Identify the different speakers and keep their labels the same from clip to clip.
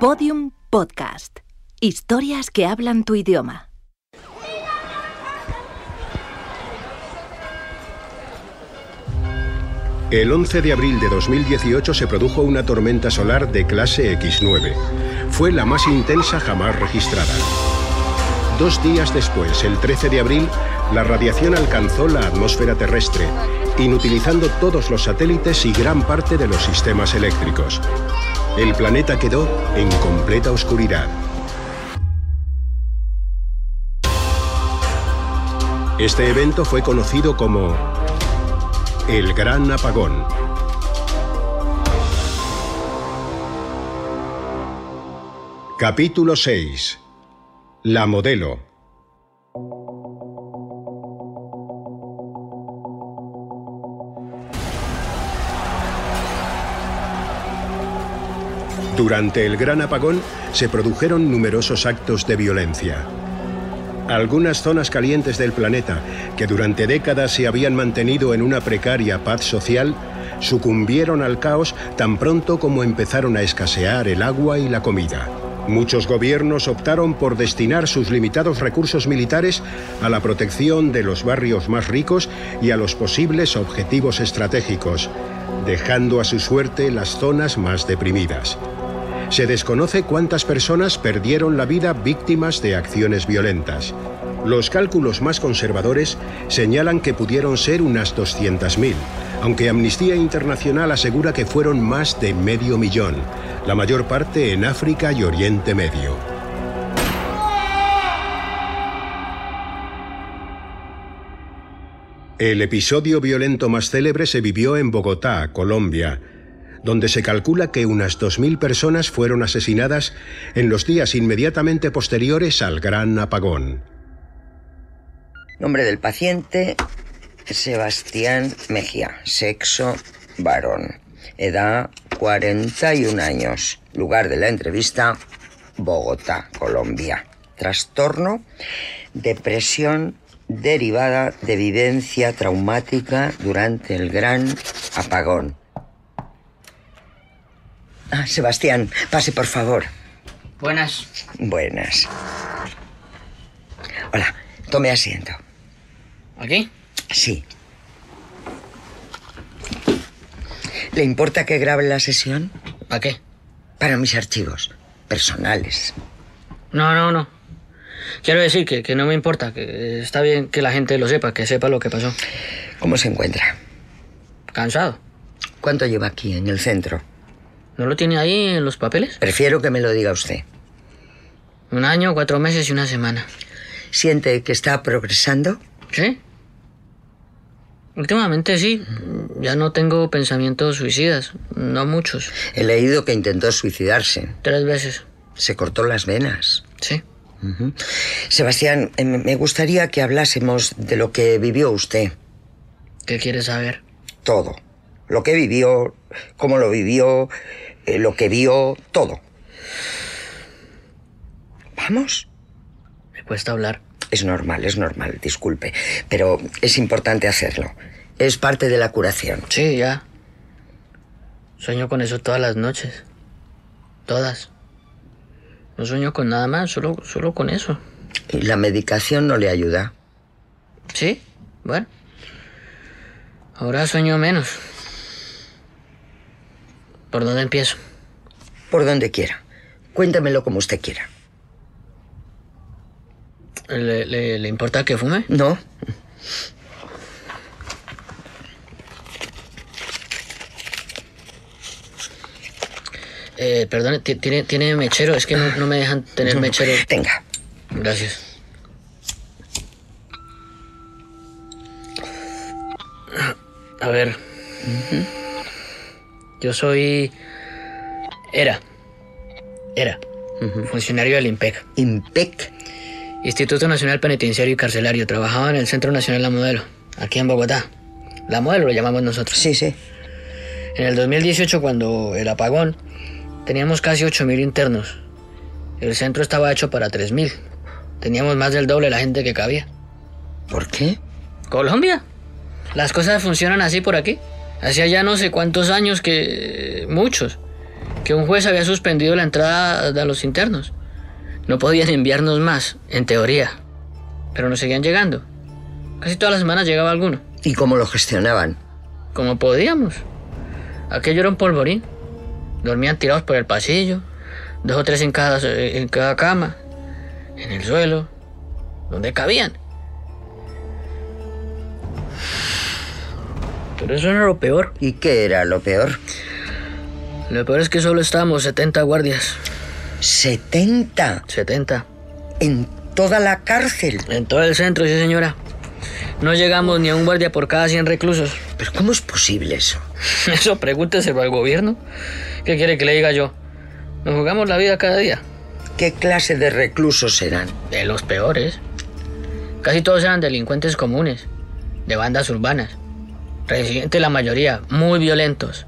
Speaker 1: Podium Podcast. Historias que hablan tu idioma.
Speaker 2: El 11 de abril de 2018 se produjo una tormenta solar de clase X9. Fue la más intensa jamás registrada. Dos días después, el 13 de abril, la radiación alcanzó la atmósfera terrestre, inutilizando todos los satélites y gran parte de los sistemas eléctricos. El planeta quedó en completa oscuridad. Este evento fue conocido como el Gran Apagón. Capítulo 6. La modelo. Durante el Gran Apagón se produjeron numerosos actos de violencia. Algunas zonas calientes del planeta, que durante décadas se habían mantenido en una precaria paz social, sucumbieron al caos tan pronto como empezaron a escasear el agua y la comida. Muchos gobiernos optaron por destinar sus limitados recursos militares a la protección de los barrios más ricos y a los posibles objetivos estratégicos, dejando a su suerte las zonas más deprimidas. Se desconoce cuántas personas perdieron la vida víctimas de acciones violentas. Los cálculos más conservadores señalan que pudieron ser unas 200.000, aunque Amnistía Internacional asegura que fueron más de medio millón, la mayor parte en África y Oriente Medio. El episodio violento más célebre se vivió en Bogotá, Colombia, donde se calcula que unas 2.000 personas fueron asesinadas en los días inmediatamente posteriores al gran apagón.
Speaker 3: Nombre del paciente, Sebastián Mejía, sexo varón, edad 41 años, lugar de la entrevista, Bogotá, Colombia. Trastorno, depresión derivada de vivencia traumática durante el gran apagón. Ah, Sebastián, pase por favor.
Speaker 4: Buenas.
Speaker 3: Buenas. Hola, tome asiento.
Speaker 4: ¿Aquí?
Speaker 3: Sí. ¿Le importa que grabe la sesión?
Speaker 4: ¿Para qué?
Speaker 3: Para mis archivos personales.
Speaker 4: No, no, no. Quiero decir que, que no me importa, que está bien que la gente lo sepa, que sepa lo que pasó.
Speaker 3: ¿Cómo se encuentra?
Speaker 4: Cansado.
Speaker 3: ¿Cuánto lleva aquí, en el centro?
Speaker 4: ¿No lo tiene ahí en los papeles?
Speaker 3: Prefiero que me lo diga usted.
Speaker 4: Un año, cuatro meses y una semana.
Speaker 3: ¿Siente que está progresando?
Speaker 4: ¿Sí? Últimamente sí. Ya no tengo pensamientos suicidas. No muchos.
Speaker 3: He leído que intentó suicidarse.
Speaker 4: Tres veces.
Speaker 3: Se cortó las venas.
Speaker 4: Sí.
Speaker 3: Ujú. Sebastián, eh, me gustaría que hablásemos de lo que vivió usted.
Speaker 4: ¿Qué quieres saber?
Speaker 3: Todo. Lo que vivió, cómo lo vivió, eh, lo que vio, todo. ¿Vamos?
Speaker 4: Me cuesta hablar.
Speaker 3: Es normal, es normal, disculpe. Pero es importante hacerlo. Es parte de la curación.
Speaker 4: Sí, ya. Sueño con eso todas las noches. Todas. No sueño con nada más, solo, solo con eso.
Speaker 3: Y la medicación no le ayuda.
Speaker 4: ¿Sí? Bueno. Ahora sueño menos. ¿Por dónde empiezo?
Speaker 3: Por donde quiera. Cuéntamelo como usted quiera.
Speaker 4: ¿Le, le, le importa que fume?
Speaker 3: ¿No?
Speaker 4: Eh, perdón, ti- tiene, tiene mechero, es que no, no me dejan tener mechero.
Speaker 3: Tenga.
Speaker 4: Gracias. A ver. Yo soy. Era. Era. Funcionario del IMPEC.
Speaker 3: Impec.
Speaker 4: Instituto Nacional Penitenciario y Carcelario. Trabajaba en el Centro Nacional La Modelo, aquí en Bogotá. La Modelo lo llamamos nosotros.
Speaker 3: Sí, sí.
Speaker 4: En el 2018, cuando el apagón, teníamos casi 8.000 internos. El centro estaba hecho para 3.000. Teníamos más del doble de la gente que cabía.
Speaker 3: ¿Por qué?
Speaker 4: ¿Colombia? Las cosas funcionan así por aquí. Hace ya no sé cuántos años que... muchos. que un juez había suspendido la entrada de los internos. No podían enviarnos más, en teoría. Pero nos seguían llegando. Casi todas las semanas llegaba alguno,
Speaker 3: ¿Y cómo lo gestionaban?
Speaker 4: como podíamos. Aquello era un polvorín. Dormían tirados por el pasillo, dos o tres en cada, en cada cama, en el suelo, donde cabían. Pero eso no era lo peor.
Speaker 3: ¿Y qué era lo peor?
Speaker 4: Lo peor es que solo estábamos 70 guardias.
Speaker 3: ¿70?
Speaker 4: 70.
Speaker 3: ¿En toda la cárcel?
Speaker 4: En todo el centro, sí señora. No llegamos ni a un guardia por cada 100 reclusos.
Speaker 3: ¿Pero cómo es posible eso?
Speaker 4: Eso pregúnteselo al gobierno. ¿Qué quiere que le diga yo? Nos jugamos la vida cada día.
Speaker 3: ¿Qué clase de reclusos eran?
Speaker 4: De los peores. Casi todos eran delincuentes comunes, de bandas urbanas. Residentes la mayoría, muy violentos.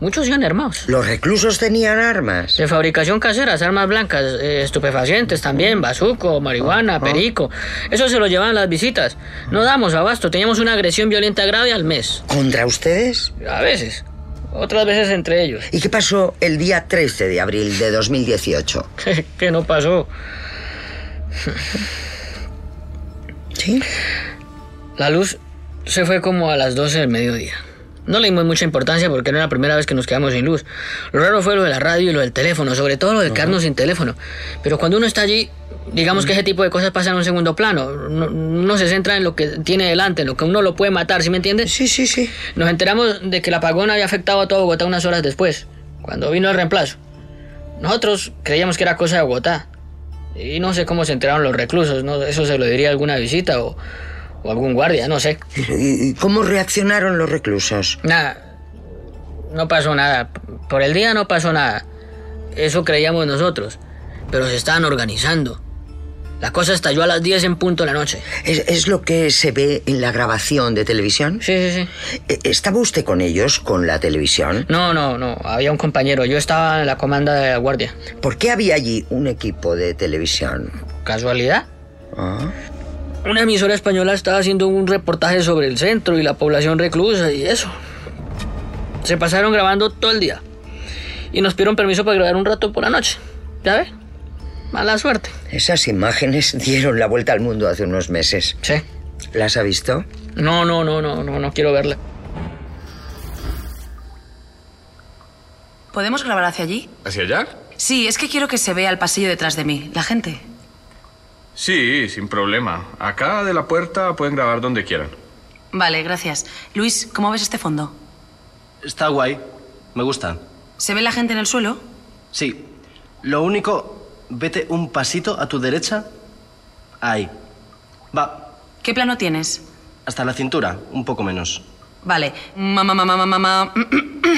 Speaker 4: Muchos iban armados.
Speaker 3: ¿Los reclusos tenían armas?
Speaker 4: De fabricación caseras, armas blancas, eh, estupefacientes también, bazuco, marihuana, perico. Eso se lo llevaban las visitas. No damos abasto, teníamos una agresión violenta grave al mes.
Speaker 3: ¿Contra ustedes?
Speaker 4: A veces. Otras veces entre ellos.
Speaker 3: ¿Y qué pasó el día 13 de abril de 2018?
Speaker 4: que no pasó.
Speaker 3: ¿Sí?
Speaker 4: La luz se fue como a las 12 del mediodía. No le dimos mucha importancia porque no era la primera vez que nos quedamos sin luz. Lo raro fue lo de la radio y lo del teléfono, sobre todo lo de quedarnos sin teléfono. Pero cuando uno está allí, digamos que ese tipo de cosas pasan a un segundo plano. No- Uno se centra en lo que tiene delante, en lo que uno lo puede matar, ¿sí me entiendes?
Speaker 3: Sí, sí, sí.
Speaker 4: Nos enteramos de que el apagón había afectado a toda Bogotá unas horas después, cuando vino el reemplazo. Nosotros creíamos que era cosa de Bogotá. Y no sé cómo se enteraron los reclusos, ¿no? eso se lo diría alguna visita o, o algún guardia, no sé.
Speaker 3: ¿Y cómo reaccionaron los reclusos?
Speaker 4: Nada, no pasó nada. Por el día no pasó nada. Eso creíamos nosotros. Pero se estaban organizando. La cosa estalló a las 10 en punto de la noche.
Speaker 3: ¿Es, es lo que se ve en la grabación de televisión?
Speaker 4: Sí, sí, sí.
Speaker 3: E- ¿Estaba usted con ellos, con la televisión?
Speaker 4: No, no, no. Había un compañero. Yo estaba en la comanda de la guardia.
Speaker 3: ¿Por qué había allí un equipo de televisión?
Speaker 4: ¿Casualidad?
Speaker 3: Ah.
Speaker 4: Una emisora española estaba haciendo un reportaje sobre el centro y la población reclusa y eso. Se pasaron grabando todo el día. Y nos pidieron permiso para grabar un rato por la noche. ¿Ya ve? Mala suerte.
Speaker 3: Esas imágenes dieron la vuelta al mundo hace unos meses.
Speaker 4: Sí.
Speaker 3: ¿Las ha visto?
Speaker 4: No, no, no, no, no, no quiero verla.
Speaker 5: ¿Podemos grabar hacia allí?
Speaker 6: ¿Hacia allá?
Speaker 5: Sí, es que quiero que se vea el pasillo detrás de mí, la gente.
Speaker 6: Sí, sin problema. Acá de la puerta pueden grabar donde quieran.
Speaker 5: Vale, gracias. Luis, ¿cómo ves este fondo?
Speaker 7: Está guay. Me gusta.
Speaker 5: ¿Se ve la gente en el suelo?
Speaker 7: Sí. Lo único, vete un pasito a tu derecha. Ahí. Va,
Speaker 5: ¿Qué plano tienes?
Speaker 7: hasta la cintura, un poco menos.
Speaker 5: Vale. Mamá, mamá, mamá, mamá.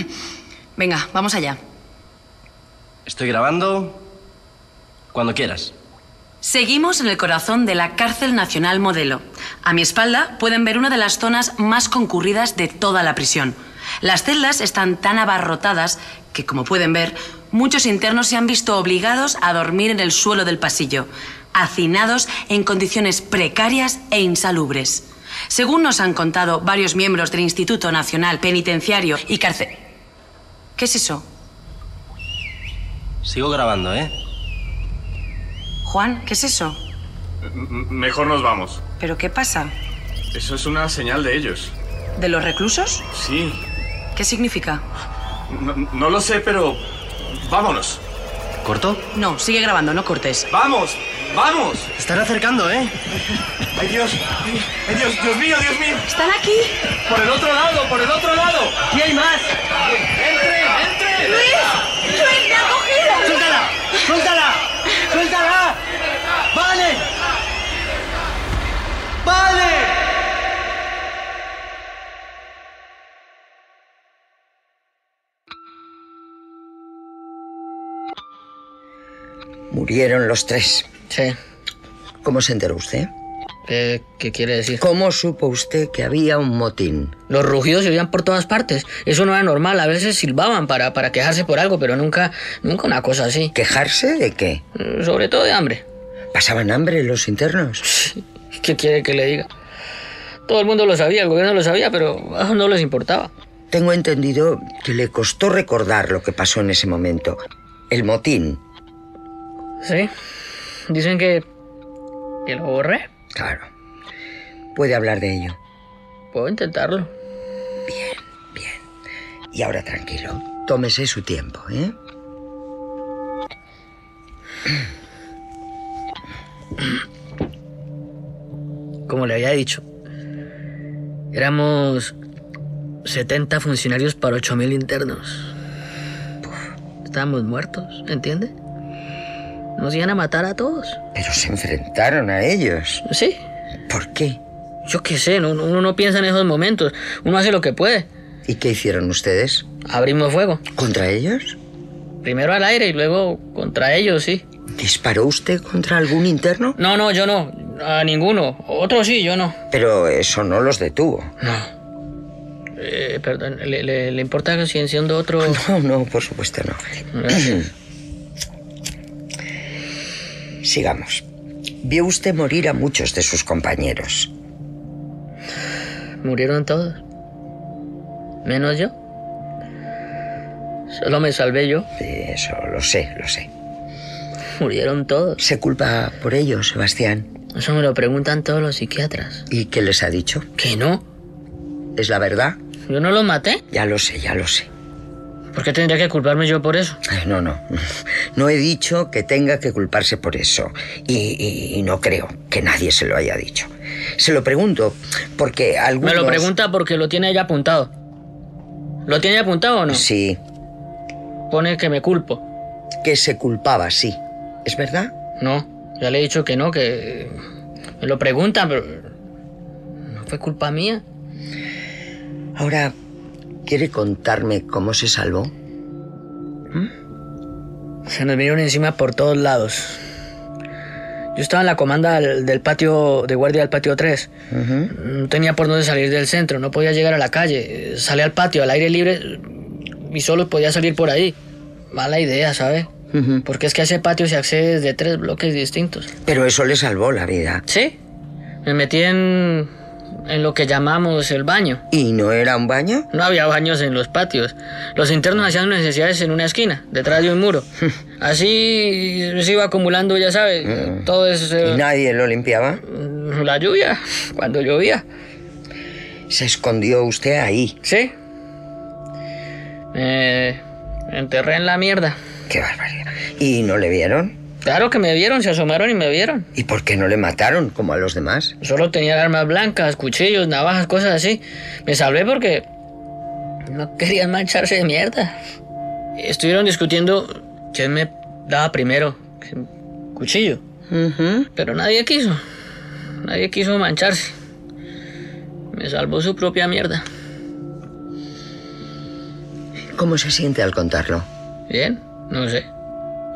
Speaker 5: Venga, vamos allá.
Speaker 7: Estoy grabando cuando quieras.
Speaker 5: Seguimos en el corazón de la Cárcel Nacional Modelo. A mi espalda pueden ver una de las zonas más concurridas de toda la prisión. Las celdas están tan abarrotadas que, como pueden ver, muchos internos se han visto obligados a dormir en el suelo del pasillo, hacinados en condiciones precarias e insalubres. Según nos han contado varios miembros del Instituto Nacional Penitenciario y Cárcel... ¿Qué es eso?
Speaker 7: Sigo grabando, ¿eh?
Speaker 5: Juan, ¿qué es eso?
Speaker 6: mejor nos vamos.
Speaker 5: ¿Pero qué pasa?
Speaker 6: Eso es una señal de ellos.
Speaker 5: ¿De los reclusos?
Speaker 6: Sí.
Speaker 5: ¿Qué significa?
Speaker 6: No, no lo sé, pero... Vámonos.
Speaker 7: ¿Corto?
Speaker 5: No, sigue grabando, no cortes.
Speaker 6: Vamos. Vamos.
Speaker 7: Te Están acercando, ¿eh?
Speaker 6: Ay Dios. Ay Dios. Dios mío, Dios mío.
Speaker 5: ¡Están aquí!
Speaker 6: Por el otro lado, por el otro lado.
Speaker 7: ¡Y hay más!
Speaker 6: Entren, entren.
Speaker 7: ¡Suéltala! ¡Suéltala! ¡Suéltala! ¡Vale! ¡Vale!
Speaker 3: Murieron los tres.
Speaker 4: Sí.
Speaker 3: ¿Cómo se enteró usted?
Speaker 4: Eh, ¿Qué quiere decir?
Speaker 3: ¿Cómo supo usted que había un motín?
Speaker 4: Los rugidos se oían por todas partes. Eso no era normal. A veces silbaban para, para quejarse por algo, pero nunca, nunca una cosa así.
Speaker 3: ¿Quejarse de qué?
Speaker 4: Eh, Sobre todo de hambre.
Speaker 3: ¿Pasaban hambre los internos?
Speaker 4: ¿Qué quiere que le diga? Todo el mundo lo sabía, el gobierno lo sabía, pero ah, no les importaba.
Speaker 3: Tengo entendido que le costó recordar lo que pasó en ese momento. El motín.
Speaker 4: Sí. Dicen que. que lo borré.
Speaker 3: Claro. Puede hablar de ello.
Speaker 4: Puedo intentarlo.
Speaker 3: Bien, bien. Y ahora tranquilo. Tómese su tiempo, ¿eh?
Speaker 4: Como le había dicho, éramos 70 funcionarios para 8.000 internos. Estábamos muertos, ¿entiende? Nos iban a matar a todos.
Speaker 3: Pero se enfrentaron a ellos.
Speaker 4: Sí,
Speaker 3: ¿Por qué?
Speaker 4: yo qué sé, no- uno no piensa en esos momentos. Uno hace lo que puede.
Speaker 3: ¿Y qué hicieron ustedes?
Speaker 4: Abrimos fuego.
Speaker 3: ¿Contra ellos?
Speaker 4: Primero al aire y luego contra ellos, sí.
Speaker 3: ¿Disparó usted contra algún interno?
Speaker 4: No, no, yo no. A ninguno. Otro sí, yo no.
Speaker 3: Pero eso no los detuvo.
Speaker 4: No. Eh, perdón, ¿le, le, le importa si enciendo otro...?
Speaker 3: No, no, por supuesto no.
Speaker 4: Gracias.
Speaker 3: Sigamos. Vio usted morir a muchos de sus compañeros.
Speaker 4: Murieron todos. Menos yo. Solo me salvé yo.
Speaker 3: Eso lo sé, lo sé.
Speaker 4: Murieron todos.
Speaker 3: Se culpa por ello, Sebastián.
Speaker 4: Eso me lo preguntan todos los psiquiatras.
Speaker 3: ¿Y qué les ha dicho?
Speaker 4: ¿Que no?
Speaker 3: ¿Es la verdad?
Speaker 4: ¿Yo no los maté?
Speaker 3: Ya lo sé, ya lo sé.
Speaker 4: ¿Por qué tendría que culparme yo por eso?
Speaker 3: Ay, No, no. No he dicho que tenga que culparse por eso. Y, y- y no creo que nadie se lo haya dicho. Se lo pregunto porque algunos...
Speaker 4: Me lo pregunta porque lo tiene ella apuntado. ¿Lo tiene ahí apuntado o no?
Speaker 3: Sí,
Speaker 4: Pone que me culpo.
Speaker 3: que se culpaba, sí. ¿Es verdad?
Speaker 4: No, ya le he dicho que no, que... Me lo preguntan, pero... No fue culpa mía.
Speaker 3: Ahora, ¿quiere contarme cómo se salvó?
Speaker 4: Se nos vinieron encima por todos lados. Yo estaba en la comanda del, del patio de guardia del patio 3. No tenía por dónde salir del centro, no podía llegar a la calle. Eh, Salí al patio, al aire libre, eh, y solo podía salir por ahí. Mala idea, ¿sabes? Porque es que a ese patio se accede desde tres bloques distintos.
Speaker 3: Pero eso le salvó la vida.
Speaker 4: Sí. Me metí en, en lo que llamamos el baño.
Speaker 3: ¿Y no era un baño?
Speaker 4: No había baños en los patios. Los internos hacían sus necesidades en una esquina, detrás de un muro. Así se iba acumulando, ya sabes, todo eso.
Speaker 3: ¿Y nadie lo limpiaba?
Speaker 4: La lluvia, cuando llovía.
Speaker 3: Se escondió usted ahí.
Speaker 4: Sí. Me enterré en la mierda.
Speaker 3: Qué barbaridad. ¿Y no le vieron?
Speaker 4: Claro que me vieron, se asomaron y me vieron.
Speaker 3: ¿Y por qué no le mataron como a los demás?
Speaker 4: Solo tenían armas blancas, cuchillos, navajas, cosas así. Me salvé porque no querían mancharse de mierda. Estuvieron discutiendo quién me daba primero, quién- cuchillo. Pero nadie quiso. Nadie quiso mancharse. Me salvó su propia mierda.
Speaker 3: ¿Cómo se siente al contarlo?
Speaker 4: Bien, no sé.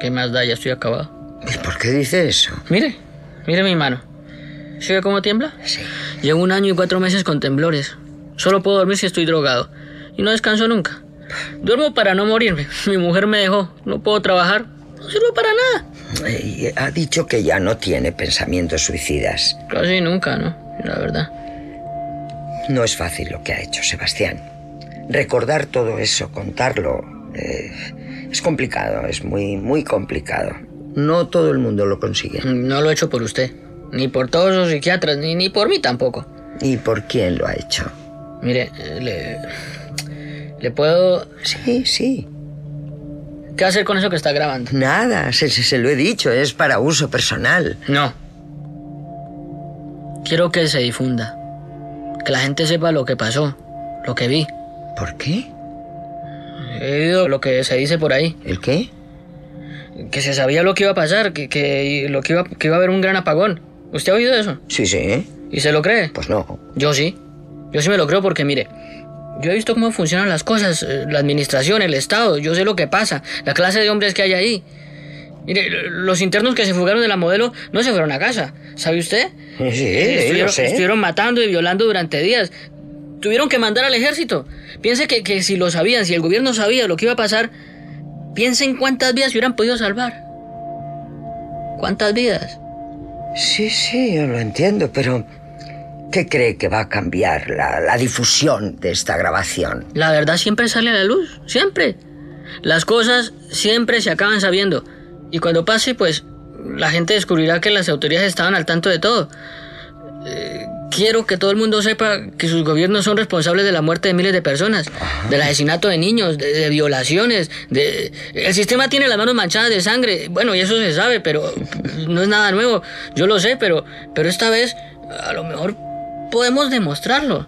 Speaker 4: ¿Qué más da? Ya estoy acabado.
Speaker 3: ¿Y por qué dice eso?
Speaker 4: Mire, mire mi mano. ¿Se ve cómo tiembla?
Speaker 3: Sí.
Speaker 4: Llevo un año y cuatro meses con temblores. Solo puedo dormir si estoy drogado. Y no descanso nunca. Duermo para no morirme. Mi mujer me dejó. No puedo trabajar. No sirvo para nada.
Speaker 3: Eh, Ha dicho que ya no tiene pensamientos suicidas.
Speaker 4: Casi nunca, ¿no? La verdad.
Speaker 3: No es fácil lo que ha hecho Sebastián. Recordar todo eso, contarlo, eh, es complicado, es muy, muy complicado. No todo el mundo lo consigue.
Speaker 4: No lo he hecho por usted. Ni por todos los psiquiatras, ni, ni por mí tampoco.
Speaker 3: ¿Y por quién lo ha hecho?
Speaker 4: Mire, eh, le... Le puedo...
Speaker 3: Sí, sí.
Speaker 4: ¿Qué hacer con eso que está grabando?
Speaker 3: Nada, se, se- se lo he dicho, es para uso personal.
Speaker 4: No. Quiero que se difunda. Que la gente sepa lo que pasó, lo que vi.
Speaker 3: ¿Por qué?
Speaker 4: He oído lo que se dice por ahí.
Speaker 3: ¿El qué?
Speaker 4: Que se sabía lo que iba a pasar, que, que, lo que, iba, que iba a haber un gran apagón. ¿Usted ha oído eso?
Speaker 3: Sí, sí.
Speaker 4: ¿Y se lo cree?
Speaker 3: Pues no.
Speaker 4: Yo sí. Yo sí me lo creo porque, mire, yo he visto cómo funcionan las cosas, eh, la administración, el Estado, yo sé lo que pasa, la clase de hombres que hay ahí. Mire, l- los internos que se fugaron de la modelo no se fueron a casa, ¿sabe usted?
Speaker 3: Sí, sí,
Speaker 4: Eh, estuvieron,
Speaker 3: Eh, lo sé.
Speaker 4: estuvieron matando y violando durante días. Tuvieron que mandar al ejército. Piense que, que si lo sabían, si el gobierno sabía lo que iba a pasar, piensen cuántas vidas se hubieran podido salvar. ¿Cuántas vidas?
Speaker 3: Sí, sí, yo lo entiendo, pero ¿Qué cree que va a cambiar la, la difusión de esta grabación?
Speaker 4: La verdad siempre sale a la luz, siempre. Las cosas siempre se acaban sabiendo. Y cuando pase, pues la gente descubrirá que las autoridades estaban al tanto de todo. Eh, quiero que todo el mundo sepa que sus gobiernos son responsables de la muerte de miles de personas, del asesinato de niños, de, de violaciones, de... El sistema tiene las manos manchadas de sangre. Bueno, y eso se sabe, pero no es nada nuevo. Yo lo sé, pero, pero esta vez a lo mejor podemos demostrarlo.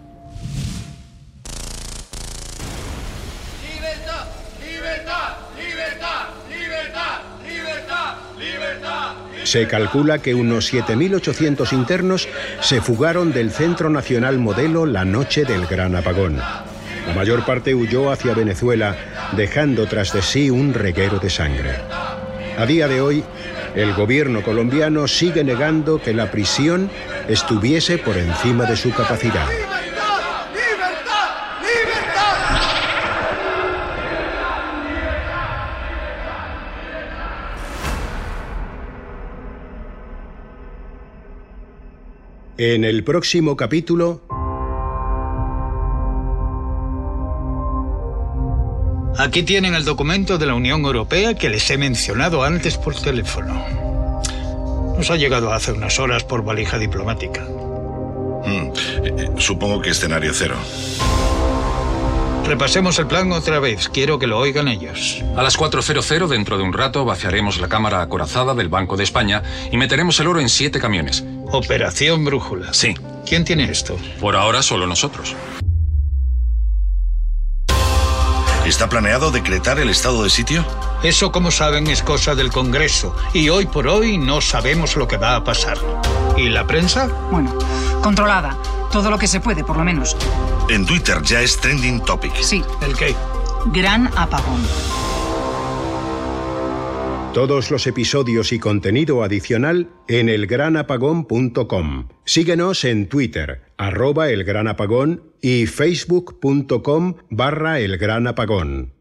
Speaker 2: Se calcula que unos 7.800 internos se fugaron del Centro Nacional Modelo la noche del gran apagón. La mayor parte huyó hacia Venezuela, dejando tras de sí un reguero de sangre. A día de hoy, el gobierno colombiano sigue negando que la prisión estuviese por encima de su capacidad. En el próximo capítulo,
Speaker 8: Aquí tienen el documento de la Unión Europea que les he mencionado antes por teléfono. Nos ha llegado hace unas horas por valija diplomática.
Speaker 9: Mm, eh, eh, supongo que escenario cero.
Speaker 8: Repasemos el plan otra vez. Quiero que lo oigan ellos.
Speaker 10: A las 4.00 dentro de un rato vaciaremos la cámara acorazada del Banco de España y meteremos el oro en siete camiones.
Speaker 8: Operación Brújula.
Speaker 10: Sí,
Speaker 8: ¿Quién tiene esto?
Speaker 10: por ahora solo nosotros.
Speaker 9: ¿Está planeado decretar el estado de sitio?
Speaker 8: Eso, como saben, es cosa del Congreso. Y hoy por hoy no sabemos lo que va a pasar. ¿Y la prensa?
Speaker 11: Bueno, controlada. Todo lo que se puede, por lo menos.
Speaker 9: En Twitter ya es trending topic.
Speaker 11: Sí,
Speaker 8: ¿El qué?
Speaker 11: gran apagón.
Speaker 2: todos los episodios y contenido adicional en elgranapagón.com. Síguenos en Twitter, arroba elgranapagón y facebook.com barra elgranapagón.